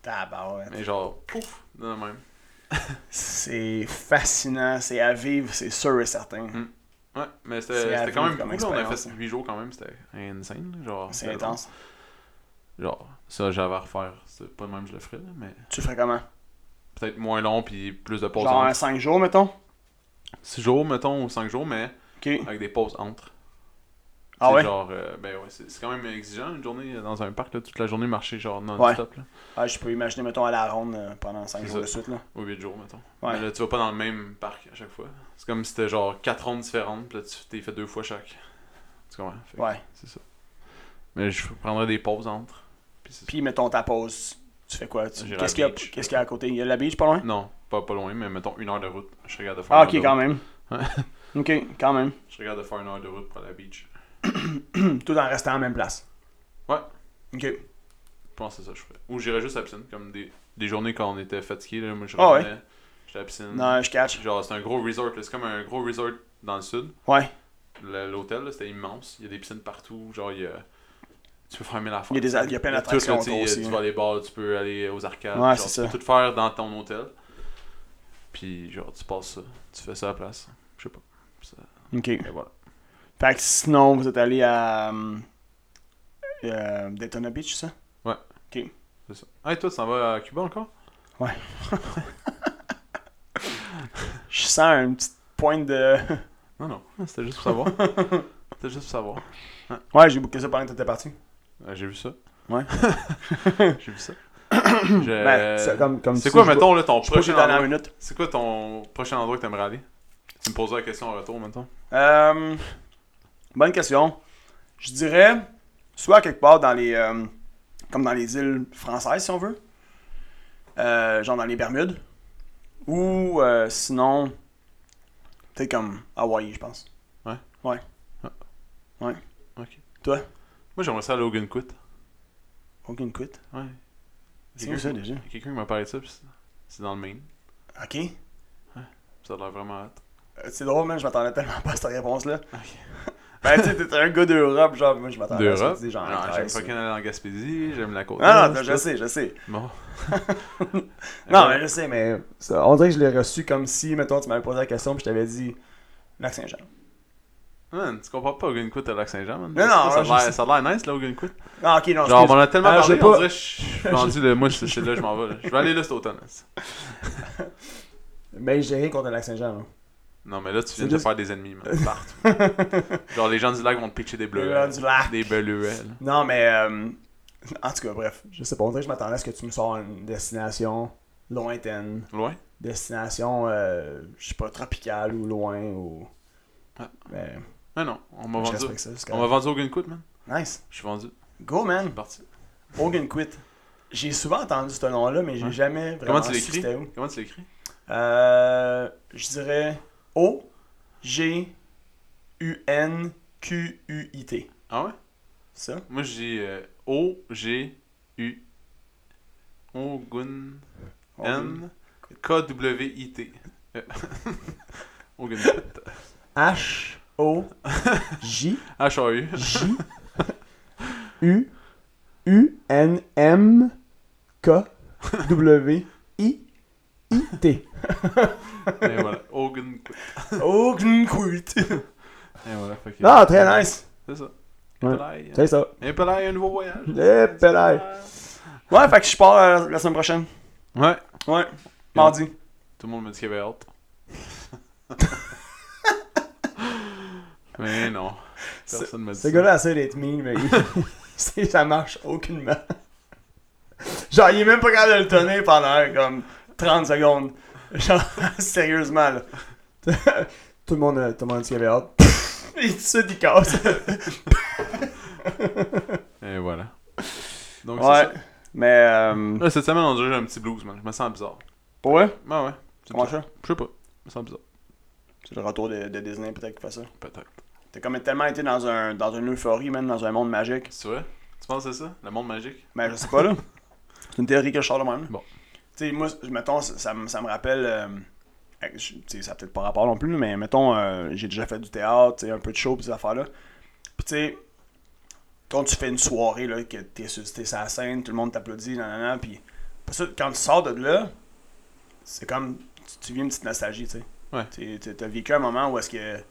Speaker 2: Tabarouette.
Speaker 1: Mais genre, pouf, dans le même.
Speaker 2: C'est fascinant, c'est à vivre, c'est sûr et certain.
Speaker 1: Mm. Ouais, mais
Speaker 2: C'est
Speaker 1: c'était
Speaker 2: à
Speaker 1: c'était quand même
Speaker 2: vivre
Speaker 1: cool.
Speaker 2: comme
Speaker 1: là, On a
Speaker 2: expérience,
Speaker 1: fait
Speaker 2: hein.
Speaker 1: 8 jours quand même, c'était insane. là, Genre,
Speaker 2: C'est
Speaker 1: c'était long.
Speaker 2: intense.
Speaker 1: Genre, ça, j'avais à refaire. C'est pas le même, je le ferais, là, mais.
Speaker 2: Tu le ferais comment
Speaker 1: peut-être moins long puis plus de pauses
Speaker 2: Genre
Speaker 1: entre.
Speaker 2: 5 jours, mettons.
Speaker 1: 6 jours, mettons, ou 5 jours, mais
Speaker 2: Ok.
Speaker 1: avec des pauses entre.
Speaker 2: Ah
Speaker 1: C'est
Speaker 2: ouais?
Speaker 1: Genre, euh, ben ouais, c'est c'est quand même exigeant une journée euh, dans un parc, là, toute la journée marcher genre non-stop, là.
Speaker 2: Ah, je peux imaginer, mettons, à la ronde euh, pendant 5
Speaker 1: C'est
Speaker 2: jours
Speaker 1: ça.
Speaker 2: de suite. Là.
Speaker 1: Ou 8 jours, mettons.
Speaker 2: Ouais.
Speaker 1: Mais là, tu vas pas dans le même parc à chaque fois. C'est comme si c'était genre 4 rondes différentes, puis là, tu t'es fait deux fois chaque. Tu comprends? Fait que
Speaker 2: Ouais.
Speaker 1: C'est ça. Mais je prendrais des pauses entre. Puis c'est ça.
Speaker 2: Puis, mettons, ta pause, tu fais quoi? Tu-
Speaker 1: J'irai à
Speaker 2: Qu'est-ce qu'il y, a-
Speaker 1: la beach.
Speaker 2: qu'est-ce qu'il y a à côté? Il y a la beach pas loin?
Speaker 1: Non, pas, pas loin, mais mettons une heure de route. Je regarde de faire
Speaker 2: Ah,
Speaker 1: une
Speaker 2: ok,
Speaker 1: heure
Speaker 2: quand
Speaker 1: de
Speaker 2: même.
Speaker 1: Ouais.
Speaker 2: ok, quand même.
Speaker 1: route. Je regarde de faire une heure de route pour la beach.
Speaker 2: Tout en restant à la même place.
Speaker 1: Ouais.
Speaker 2: Ok.
Speaker 1: Je pense que c'est ça que je ferais. Ou j'irais juste à la piscine, comme des, des journées quand on était fatigué. Là, moi, je
Speaker 2: Ah ouais.
Speaker 1: revenais, j'étais à la piscine.
Speaker 2: Non, je catch.
Speaker 1: Genre, c'est un gros resort. là, C'est comme un gros resort dans le sud.
Speaker 2: Ouais.
Speaker 1: Le- L'hôtel, là, c'était immense. Il y a des piscines partout. Genre, il y a... Tu peux faire mille affaires.
Speaker 2: Il y a, des, il y a plein
Speaker 1: Il y a tout, là,
Speaker 2: d'attractions
Speaker 1: tu sais,
Speaker 2: autour aussi.
Speaker 1: Tu vas aller bars, tu peux aller aux arcades.
Speaker 2: Ouais,
Speaker 1: genre,
Speaker 2: c'est
Speaker 1: Tu
Speaker 2: ça.
Speaker 1: peux tout faire dans ton hôtel. Puis, genre, tu passes ça. Tu fais ça à la place. Je sais pas.
Speaker 2: Ok.
Speaker 1: Et voilà.
Speaker 2: Fait que sinon, vous êtes allé à. euh, euh, Daytona Beach, ça?
Speaker 1: C'est ça. Hey, toi, tu t'en vas à Cuba encore
Speaker 2: Je sens une petite pointe de.
Speaker 1: Non, non. Ah, C'était juste pour savoir. C'était juste pour savoir.
Speaker 2: Ouais, j'ai booké ça pendant que t'étais parti.
Speaker 1: Euh, J'ai vu ça.
Speaker 2: Ouais.
Speaker 1: J'ai vu ça.
Speaker 2: Ben,
Speaker 1: Je-
Speaker 2: c'est comme, comme
Speaker 1: Euh, C'est
Speaker 2: si
Speaker 1: quoi,
Speaker 2: je-
Speaker 1: mettons, là, ton
Speaker 2: Je bouge
Speaker 1: prochain
Speaker 2: les dernières
Speaker 1: endroit...
Speaker 2: minutes.
Speaker 1: C'est quoi ton prochain endroit que t'aimerais aller? Tu me poseras la question en retour, mettons.
Speaker 2: Euh, bonne question. Je dirais soit quelque part dans les. euh, comme dans les îles françaises, si on veut. Euh, genre dans les Bermudes. Ou euh, sinon. Peut-être comme Hawaï, je pense.
Speaker 1: Ok.
Speaker 2: Toi?
Speaker 1: Moi, j'aimerais ça aller au Gunquit.
Speaker 2: Aucune quitte.
Speaker 1: Ouais.
Speaker 2: C'est où ça déjà?
Speaker 1: Il y a Quelqu'un qui m'a parlé de ça, puis c'est- c'est dans le Maine.
Speaker 2: Ok.
Speaker 1: Ça a l'air vraiment hâte.
Speaker 2: Euh, C'est drôle, man, je m'attendais tellement pas à cette réponse-là. Ben, tu sais, t'es un gars d'Europe, genre, moi, je m'attendais à ce que tu
Speaker 1: D'Europe?
Speaker 2: dis, genre,
Speaker 1: Non,
Speaker 2: Grèce,
Speaker 1: J'aime
Speaker 2: ça.
Speaker 1: pas qu'elle aller en Gaspésie, j'aime la côte.
Speaker 2: Non, non,
Speaker 1: Est,
Speaker 2: je
Speaker 1: tout.
Speaker 2: sais, je sais.
Speaker 1: Bon.
Speaker 2: Non, mais je sais, mais ça, on dirait que je l'ai reçu comme si, mettons, tu m'avais posé la question, puis je t'avais dit Lac-Saint-Jean.
Speaker 1: Man, tu compares pas au Gunquit à Lac-Saint-Jean, man?
Speaker 2: Non, non,
Speaker 1: Ça a
Speaker 2: je
Speaker 1: l'air-
Speaker 2: sais.
Speaker 1: ça a l'air nice, là, au Gunquit.
Speaker 2: Ah, ok, non,
Speaker 1: Genre, on
Speaker 2: excuse.
Speaker 1: en a tellement
Speaker 2: Ah,
Speaker 1: parlé,
Speaker 2: j'ai pas-
Speaker 1: on dirait que je suis rendu le. Moi, c'est c'est là, je m'en vais. là. Je vais aller là cet automne. là.
Speaker 2: Mais Ben, j'ai rien contre Lac-Saint-Jean, là.
Speaker 1: Non, mais là, tu
Speaker 2: C'est
Speaker 1: viens de te
Speaker 2: juste-
Speaker 1: faire des ennemis, man. Partout. Genre, les gens du lac vont te pitcher des
Speaker 2: Le
Speaker 1: bleus.
Speaker 2: gars du lac.
Speaker 1: Des bleuets. là.
Speaker 2: Non, mais. euh, en tout cas, bref, je sais pas, on dirait que je m'attendais à ce que tu me sors une destination lointaine.
Speaker 1: Loin?
Speaker 2: Destination, euh, je sais pas, tropicale ou loin ou.
Speaker 1: Ah.
Speaker 2: Mais,
Speaker 1: Ah non, on m'a
Speaker 2: je
Speaker 1: vendu.
Speaker 2: respecte ça, c'est
Speaker 1: On m'a
Speaker 2: correct.
Speaker 1: vendu au Gunquit, man.
Speaker 2: Nice.
Speaker 1: Je suis vendu.
Speaker 2: Go, man.
Speaker 1: C'est parti.
Speaker 2: Hogan Quit. J'ai souvent entendu ce nom-là, mais j'ai
Speaker 1: Ouais.
Speaker 2: jamais
Speaker 1: Comment
Speaker 2: vraiment
Speaker 1: tu l'écris?
Speaker 2: su c'était où.
Speaker 1: Comment tu l'écris?
Speaker 2: Euh, je dirais O G U N Q U I T.
Speaker 1: Ah ouais?
Speaker 2: Ça
Speaker 1: Moi, je dis euh, O-G-U. Ogun.
Speaker 2: Hogan.
Speaker 1: N. K-W-I-T. Euh, Ogun Quit.
Speaker 2: H O J
Speaker 1: H-A-U.
Speaker 2: J U U N M K W I I T.
Speaker 1: Et voilà. Ogun Quit.
Speaker 2: Hogan Quit.
Speaker 1: Et voilà. fait que-
Speaker 2: Ah, très nice.
Speaker 1: C'est ça.
Speaker 2: Ouais.
Speaker 1: Épelaille.
Speaker 2: C'est ça.
Speaker 1: Épelaille, un nouveau voyage.
Speaker 2: Épelaille. Eh, Ouais, fait que je pars euh, la semaine prochaine.
Speaker 1: Ouais.
Speaker 2: Ouais. Mardi.
Speaker 1: Tout le monde me dit qu'il y avait hâte. Mais non. Personne me dit
Speaker 2: Ce
Speaker 1: ça.
Speaker 2: gars-là essaie d'être mean, mais il- c'est- ça marche aucunement. Genre, il est même pas capable de le tenir pendant comme 30 secondes. Genre, sérieusement, là. tout le monde, euh, tout le monde dit qu'il avait hâte. Et tout de suite, il casse.
Speaker 1: Et voilà. Donc, c'est
Speaker 2: Ouais.
Speaker 1: ça.
Speaker 2: Mais, euh,
Speaker 1: Là, cette semaine, on dirait que j'ai un petit blues, man. Je me sens bizarre.
Speaker 2: pour eux,
Speaker 1: Ben ouais. C'est
Speaker 2: comment
Speaker 1: bizarre.
Speaker 2: ça?
Speaker 1: Je sais pas. Je me sens bizarre.
Speaker 2: C'est le retour de, de Disney, peut-être, qui fait ça.
Speaker 1: Peut-être.
Speaker 2: T'as comme tellement été dans, un, dans une euphorie, même dans un monde magique.
Speaker 1: C'est vrai? Tu penses que c'est ça? Le monde magique?
Speaker 2: Mais Ben, je sais pas, là. C'est une théorie que je sors de même. là.
Speaker 1: Bon.
Speaker 2: Tu sais, moi, je- mettons, ça, ça me- ça me rappelle. euh, je- tu sais, ça a peut-être pas rapport non plus, là, mais mettons, euh, j'ai déjà fait du théâtre, tu sais, un peu de show, pis ces affaires-là. Puis, tu sais, quand tu fais une soirée, là, que t'es sur, t'es sur la scène, tout le monde t'applaudit, nanana, puis. Puis ça, quand tu sors de là, c'est comme. Tu, tu vis une petite nostalgie, tu sais.
Speaker 1: Ouais.
Speaker 2: Tu- tu- T'as vécu un moment où est-ce que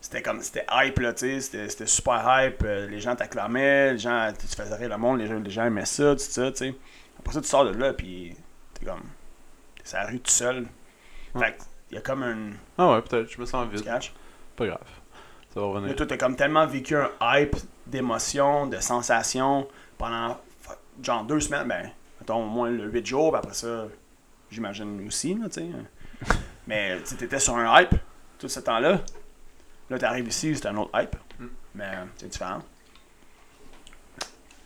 Speaker 2: c'était comme c'était hype là tu sais c'était c'était super hype euh, les gens t'acclamaient les gens tu tu faisais rire le monde les gens les gens aimaient ça tout ça tu sais après ça tu sors de là puis t'es comme C'est la rue tout seul.
Speaker 1: Ouais.
Speaker 2: Fait que, il y a comme un
Speaker 1: Ah ouais, peut-être, je me sens vide.
Speaker 2: catch.
Speaker 1: Pas grave. Ça va
Speaker 2: Là,
Speaker 1: revenir.
Speaker 2: toi, t'as comme tellement vécu un hype d'émotions, de sensations pendant fuck, genre deux semaines, ben, mettons au moins le 8 jours, puis après ça, j'imagine aussi, là, tu sais. Mais tu sais, t'étais sur un hype tout ce temps-là. Là, t'arrives ici, c'est un autre hype.
Speaker 1: Mm.
Speaker 2: Mais euh, c'est différent.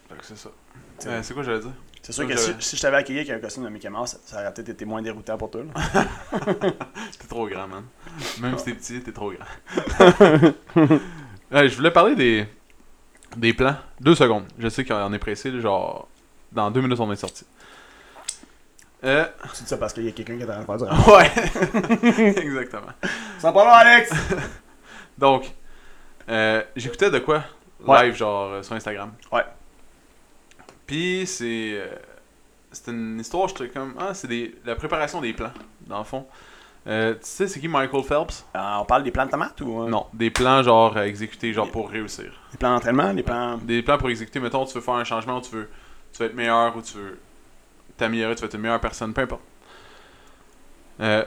Speaker 1: Fait que C'est ça.
Speaker 2: T'sais.
Speaker 1: Euh, c'est quoi j'allais dire
Speaker 2: C'est sûr
Speaker 1: Moi,
Speaker 2: que si,
Speaker 1: j'avais-
Speaker 2: si je t'avais accueilli avec un costume de Mickey Mouse, ça- ça aurait peut-être été moins déroutant pour toi. là.
Speaker 1: T'es trop grand, man. Même si t'es petit, t'es trop grand. Ouais, je voulais parler des, des plans. Deux secondes. Je sais qu'on est pressé, là, genre. Dans deux minutes, on est sorti. Euh,
Speaker 2: tu dis ça parce qu'il y a quelqu'un qui est en train de faire du rap.
Speaker 1: ouais. Exactement.
Speaker 2: Sans pas loin, Alex!
Speaker 1: Donc, euh, j'écoutais de quoi
Speaker 2: Ouais.
Speaker 1: Live, genre, euh, sur Instagram.
Speaker 2: Ouais.
Speaker 1: Puis, c'est. euh, c'est une histoire, j'étais comme. Ah, c'est des, la préparation des plans, dans le fond. Euh, tu sais, c'est qui Michael Phelps
Speaker 2: Euh, on parle des plans de tomates ou euh,
Speaker 1: Non, des plans, genre, à exécuter, genre, pour réussir.
Speaker 2: des plans d'entraînement, des plans.
Speaker 1: Des plans pour exécuter, mettons, tu veux faire un changement, tu veux, tu veux être meilleur ou tu veux t'améliorer, tu veux être une meilleure personne, peu importe. Euh,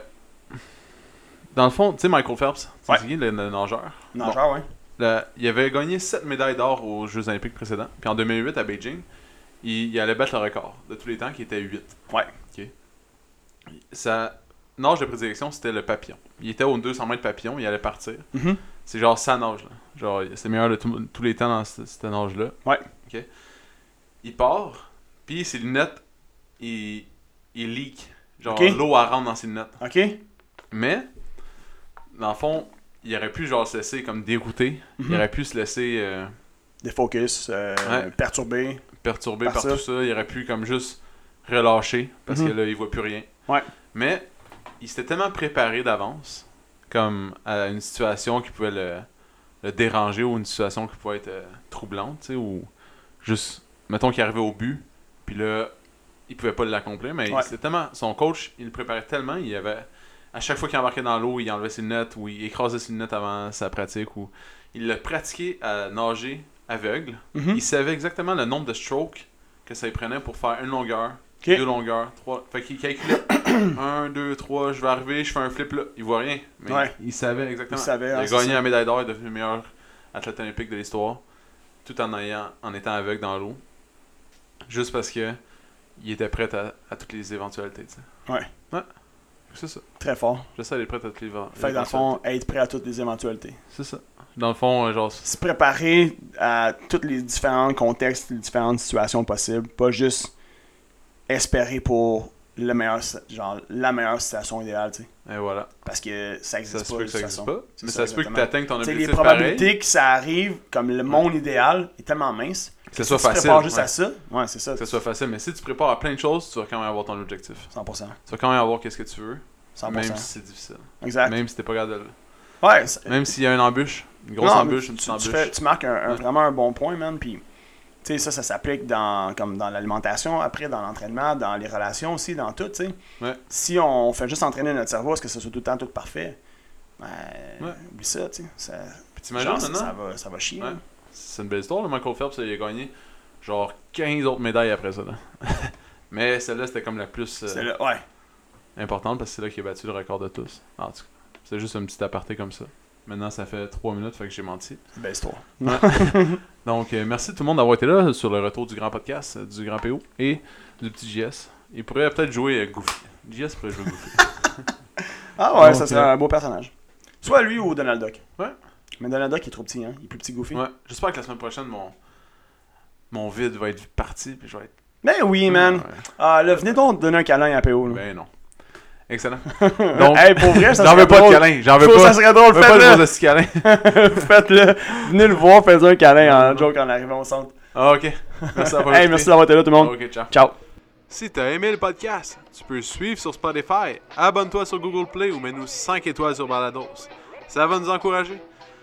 Speaker 1: dans le fond, tu sais, Michael Phelps,
Speaker 2: Ouais.
Speaker 1: c'est qui le, le nageur
Speaker 2: Non, genre, ouais.
Speaker 1: Là, Il avait gagné 7 médailles d'or aux Jeux Olympiques précédents. Puis en 2008, à Beijing, il, il allait battre le record de tous les temps qui était 8.
Speaker 2: Ouais.
Speaker 1: Ok. Sa nage de prédilection, c'était le papillon. Il était au 200 mètres papillon, il allait partir.
Speaker 2: Mhm.
Speaker 1: C'est genre sa nage, là. Genre, c'est le meilleur de tout- tous les temps dans ce- cette nage-là.
Speaker 2: Ouais.
Speaker 1: OK. Il part, puis ses lunettes, il, il leak. Genre,
Speaker 2: Ok.
Speaker 1: l'eau, elle rentre dans ses lunettes.
Speaker 2: Ok?
Speaker 1: Mais, dans le fond, il aurait pu, genre, se laisser comme dérouter. Il
Speaker 2: Mhm.
Speaker 1: aurait pu se laisser euh,
Speaker 2: des focus, euh,
Speaker 1: Ouais.
Speaker 2: perturbé.
Speaker 1: perturber
Speaker 2: Par
Speaker 1: par,
Speaker 2: ça.
Speaker 1: tout ça. Il aurait pu, comme, juste relâcher, parce
Speaker 2: Mhm.
Speaker 1: que là, il voit plus rien.
Speaker 2: Ouais.
Speaker 1: Mais, il s'était tellement préparé d'avance, comme, à une situation qui pouvait le, le déranger ou une situation qui pouvait être euh, troublante, tu sais, ou juste, mettons qu'il arrivait au but, puis là, il pouvait pas l'accomplir, mais
Speaker 2: Ouais.
Speaker 1: c'était tellement, son coach, il le préparait tellement, il avait, à chaque fois qu'il embarquait dans l'eau, il enlevait ses lunettes, ou il écrasait ses lunettes avant sa pratique, ou il le pratiquait à nager aveugle,
Speaker 2: Hmm?
Speaker 1: il savait exactement le nombre de strokes que ça lui prenait pour faire une longueur,
Speaker 2: Ok.
Speaker 1: deux longueurs, trois. Fait qu'il calculait 1, 2, 3, je vais arriver, je fais un flip là. Il voit rien. Mais
Speaker 2: Ouais.
Speaker 1: il savait exactement.
Speaker 2: Il savait,
Speaker 1: il
Speaker 2: hein,
Speaker 1: a
Speaker 2: c'est
Speaker 1: gagné
Speaker 2: ça.
Speaker 1: la médaille d'or, il est devenu le meilleur athlète olympique de l'histoire. Tout en, ayant, en étant aveugle dans l'eau. Juste parce que il était prêt à, à toutes les éventualités. tu sais.
Speaker 2: Ouais.
Speaker 1: Ouais. C'est ça.
Speaker 2: Très fort.
Speaker 1: Je sais, il est prêt à toutes les éventualités.
Speaker 2: Fait que dans le fond, être prêt à toutes les éventualités.
Speaker 1: C'est ça. Dans le fond, euh, genre.
Speaker 2: Se préparer à tous les différents contextes, les différentes situations possibles. Pas juste espérer pour le meilleur, si- genre, la meilleure situation idéale, tu sais.
Speaker 1: Et voilà.
Speaker 2: Parce que ça
Speaker 1: Ça
Speaker 2: existe
Speaker 1: se
Speaker 2: pas.
Speaker 1: peut que
Speaker 2: de
Speaker 1: ça
Speaker 2: toute
Speaker 1: n'existe
Speaker 2: façon.
Speaker 1: pas.
Speaker 2: C'est
Speaker 1: Mais
Speaker 2: ça,
Speaker 1: ça se peut que tu
Speaker 2: exactement.
Speaker 1: atteignes ton
Speaker 2: Tu sais,
Speaker 1: objectif
Speaker 2: les
Speaker 1: pareil.
Speaker 2: probabilités que ça arrive, comme le monde idéal, est tellement mince.
Speaker 1: Que ce soit
Speaker 2: si tu te
Speaker 1: facile.
Speaker 2: prépares juste
Speaker 1: ouais.
Speaker 2: à ça, ouais, c'est ça.
Speaker 1: Que ce soit facile. Mais si tu te prépares à plein de choses, tu vas quand même avoir ton objectif.
Speaker 2: 100%.
Speaker 1: Tu vas quand même avoir qu'est-ce que tu veux.
Speaker 2: 100%.
Speaker 1: Même si c'est difficile.
Speaker 2: exact.
Speaker 1: Même si t'es pas capable de le-
Speaker 2: Ouais, c'est-
Speaker 1: Même s'il y a une embûche. Une grosse
Speaker 2: Non,
Speaker 1: embûche,
Speaker 2: mais
Speaker 1: une petite
Speaker 2: tu, tu
Speaker 1: embûche.
Speaker 2: fais- tu marques un- un-
Speaker 1: Ouais.
Speaker 2: vraiment un bon point, man. Puis, tu sais, ça, ça s'applique dans, comme dans l'alimentation, après, dans l'entraînement, dans les relations aussi, dans tout, tu sais.
Speaker 1: Ouais.
Speaker 2: Si on fait juste entraîner notre cerveau, est-ce que ça soit tout le temps tout parfait? Ben,
Speaker 1: Ouais.
Speaker 2: oublie ça, tu sais. Ça,
Speaker 1: Puis t'imagines
Speaker 2: genre, ça-
Speaker 1: maintenant.
Speaker 2: ça, va, ça va chier. hein.
Speaker 1: Ouais.
Speaker 2: man.
Speaker 1: C'est une belle histoire. Le Michael Phelps, il a gagné genre 15 autres médailles après ça. là. Mais celle-là, c'était comme la plus euh,
Speaker 2: C'est là- ouais.
Speaker 1: importante parce que c'est là qu'il a battu le record de tous. En tout cas, c'est juste un petit aparté comme ça. Maintenant, ça fait 3 minutes, fait que j'ai menti.
Speaker 2: belle histoire.
Speaker 1: Donc, euh, merci tout le monde d'avoir été là sur le retour du grand podcast, euh, du grand PO et du petit JS. Il pourrait peut-être jouer euh, Goofy. JS pourrait jouer Goofy.
Speaker 2: Ah ouais,
Speaker 1: Donc,
Speaker 2: ça serait
Speaker 1: euh,
Speaker 2: un beau personnage. Soit lui ou Donald Duck.
Speaker 1: Ouais.
Speaker 2: Mais Donald Duck, il est trop petit, hein. Il est plus petit que Goofy.
Speaker 1: Ouais, j'espère que la semaine prochaine, mon, mon vide va être parti puis je vais être.
Speaker 2: Ben oui, man.
Speaker 1: Ouais.
Speaker 2: Ah, là, venez donc donner un câlin à PO. là.
Speaker 1: Ben non. Excellent. donc-
Speaker 2: hey, pour vrai, ça
Speaker 1: J'en veux
Speaker 2: serait
Speaker 1: pas de
Speaker 2: drôle.
Speaker 1: câlin. J'en veux
Speaker 2: Faut-
Speaker 1: pas.
Speaker 2: Ça
Speaker 1: J'en
Speaker 2: serait drôle,
Speaker 1: veux pas de
Speaker 2: faites-le.
Speaker 1: gros hosties câlins.
Speaker 2: Faites-le. Venez le voir, faites un câlin en joke en arrivant au centre.
Speaker 1: Ah, ok. Merci d'avoir
Speaker 2: Hey,
Speaker 1: écouté.
Speaker 2: merci d'avoir été là, tout le monde.
Speaker 1: Ok, ciao.
Speaker 2: Ciao.
Speaker 1: Si t'as aimé le podcast, tu peux le suivre sur Spotify, abonne-toi sur Google Play ou mets-nous 5 étoiles sur Balados. Ça va nous encourager.